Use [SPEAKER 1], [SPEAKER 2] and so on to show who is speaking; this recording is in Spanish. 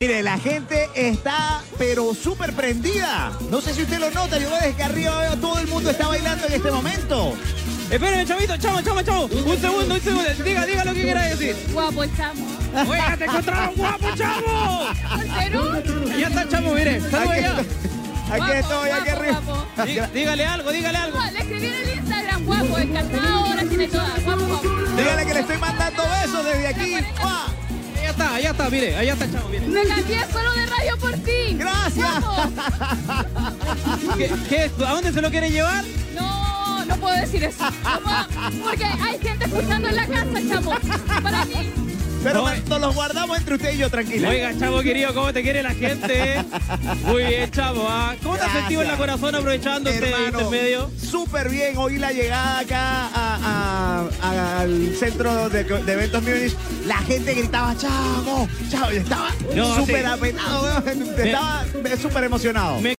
[SPEAKER 1] Mire, la gente está pero súper prendida. No sé si usted lo nota, yo desde que arriba veo todo el mundo está bailando en este momento.
[SPEAKER 2] Espérame, chavito, chamo, chamo, chamo. Un segundo, un segundo. Diga, diga lo que quiera decir.
[SPEAKER 3] Guapo el chamo.
[SPEAKER 2] Oiga, te encontraron guapo, chamo.
[SPEAKER 3] Soltero.
[SPEAKER 2] Ya está, chamo, mire. Estamos allá.
[SPEAKER 1] Aquí
[SPEAKER 3] Guapo,
[SPEAKER 1] estoy, aquí
[SPEAKER 3] guapo,
[SPEAKER 1] arriba.
[SPEAKER 3] guapo.
[SPEAKER 2] Dí- Dígale algo, dígale algo.
[SPEAKER 3] Le escribí en el Instagram, guapo, encantado, ahora tiene toda. Guapo, guapo.
[SPEAKER 1] Dígale que le estoy mandando besos desde aquí. ¡Fua!
[SPEAKER 2] Allá está, allá está, mire. Allá está, chamo, mire.
[SPEAKER 3] Me cambié solo de radio por ti.
[SPEAKER 1] Gracias.
[SPEAKER 3] Guapo.
[SPEAKER 2] ¿Qué, qué es? ¿A dónde se lo quiere llevar?
[SPEAKER 3] No, no puedo decir eso. No puedo, porque hay gente escuchando en la casa, chamo. Para mí.
[SPEAKER 1] Pero
[SPEAKER 2] No, eh.
[SPEAKER 1] man, nos los guardamos entre usted y yo, tranquila.
[SPEAKER 2] Oiga, chavo querido, ¿cómo te quiere la gente? eh? Muy bien, chavo. ah. ¿Cómo te has
[SPEAKER 1] Gracias.
[SPEAKER 2] sentido en la corazón aprovechando este
[SPEAKER 1] Hermano,
[SPEAKER 2] intermedio?
[SPEAKER 1] súper bien. Hoy la llegada acá a- a- al centro de, de eventos Munich, la gente gritaba, chamo, chamo, y estaba
[SPEAKER 2] No,
[SPEAKER 1] súper
[SPEAKER 2] sí.
[SPEAKER 1] apenado, weón.
[SPEAKER 2] Me-
[SPEAKER 1] estaba súper emocionado.
[SPEAKER 2] Me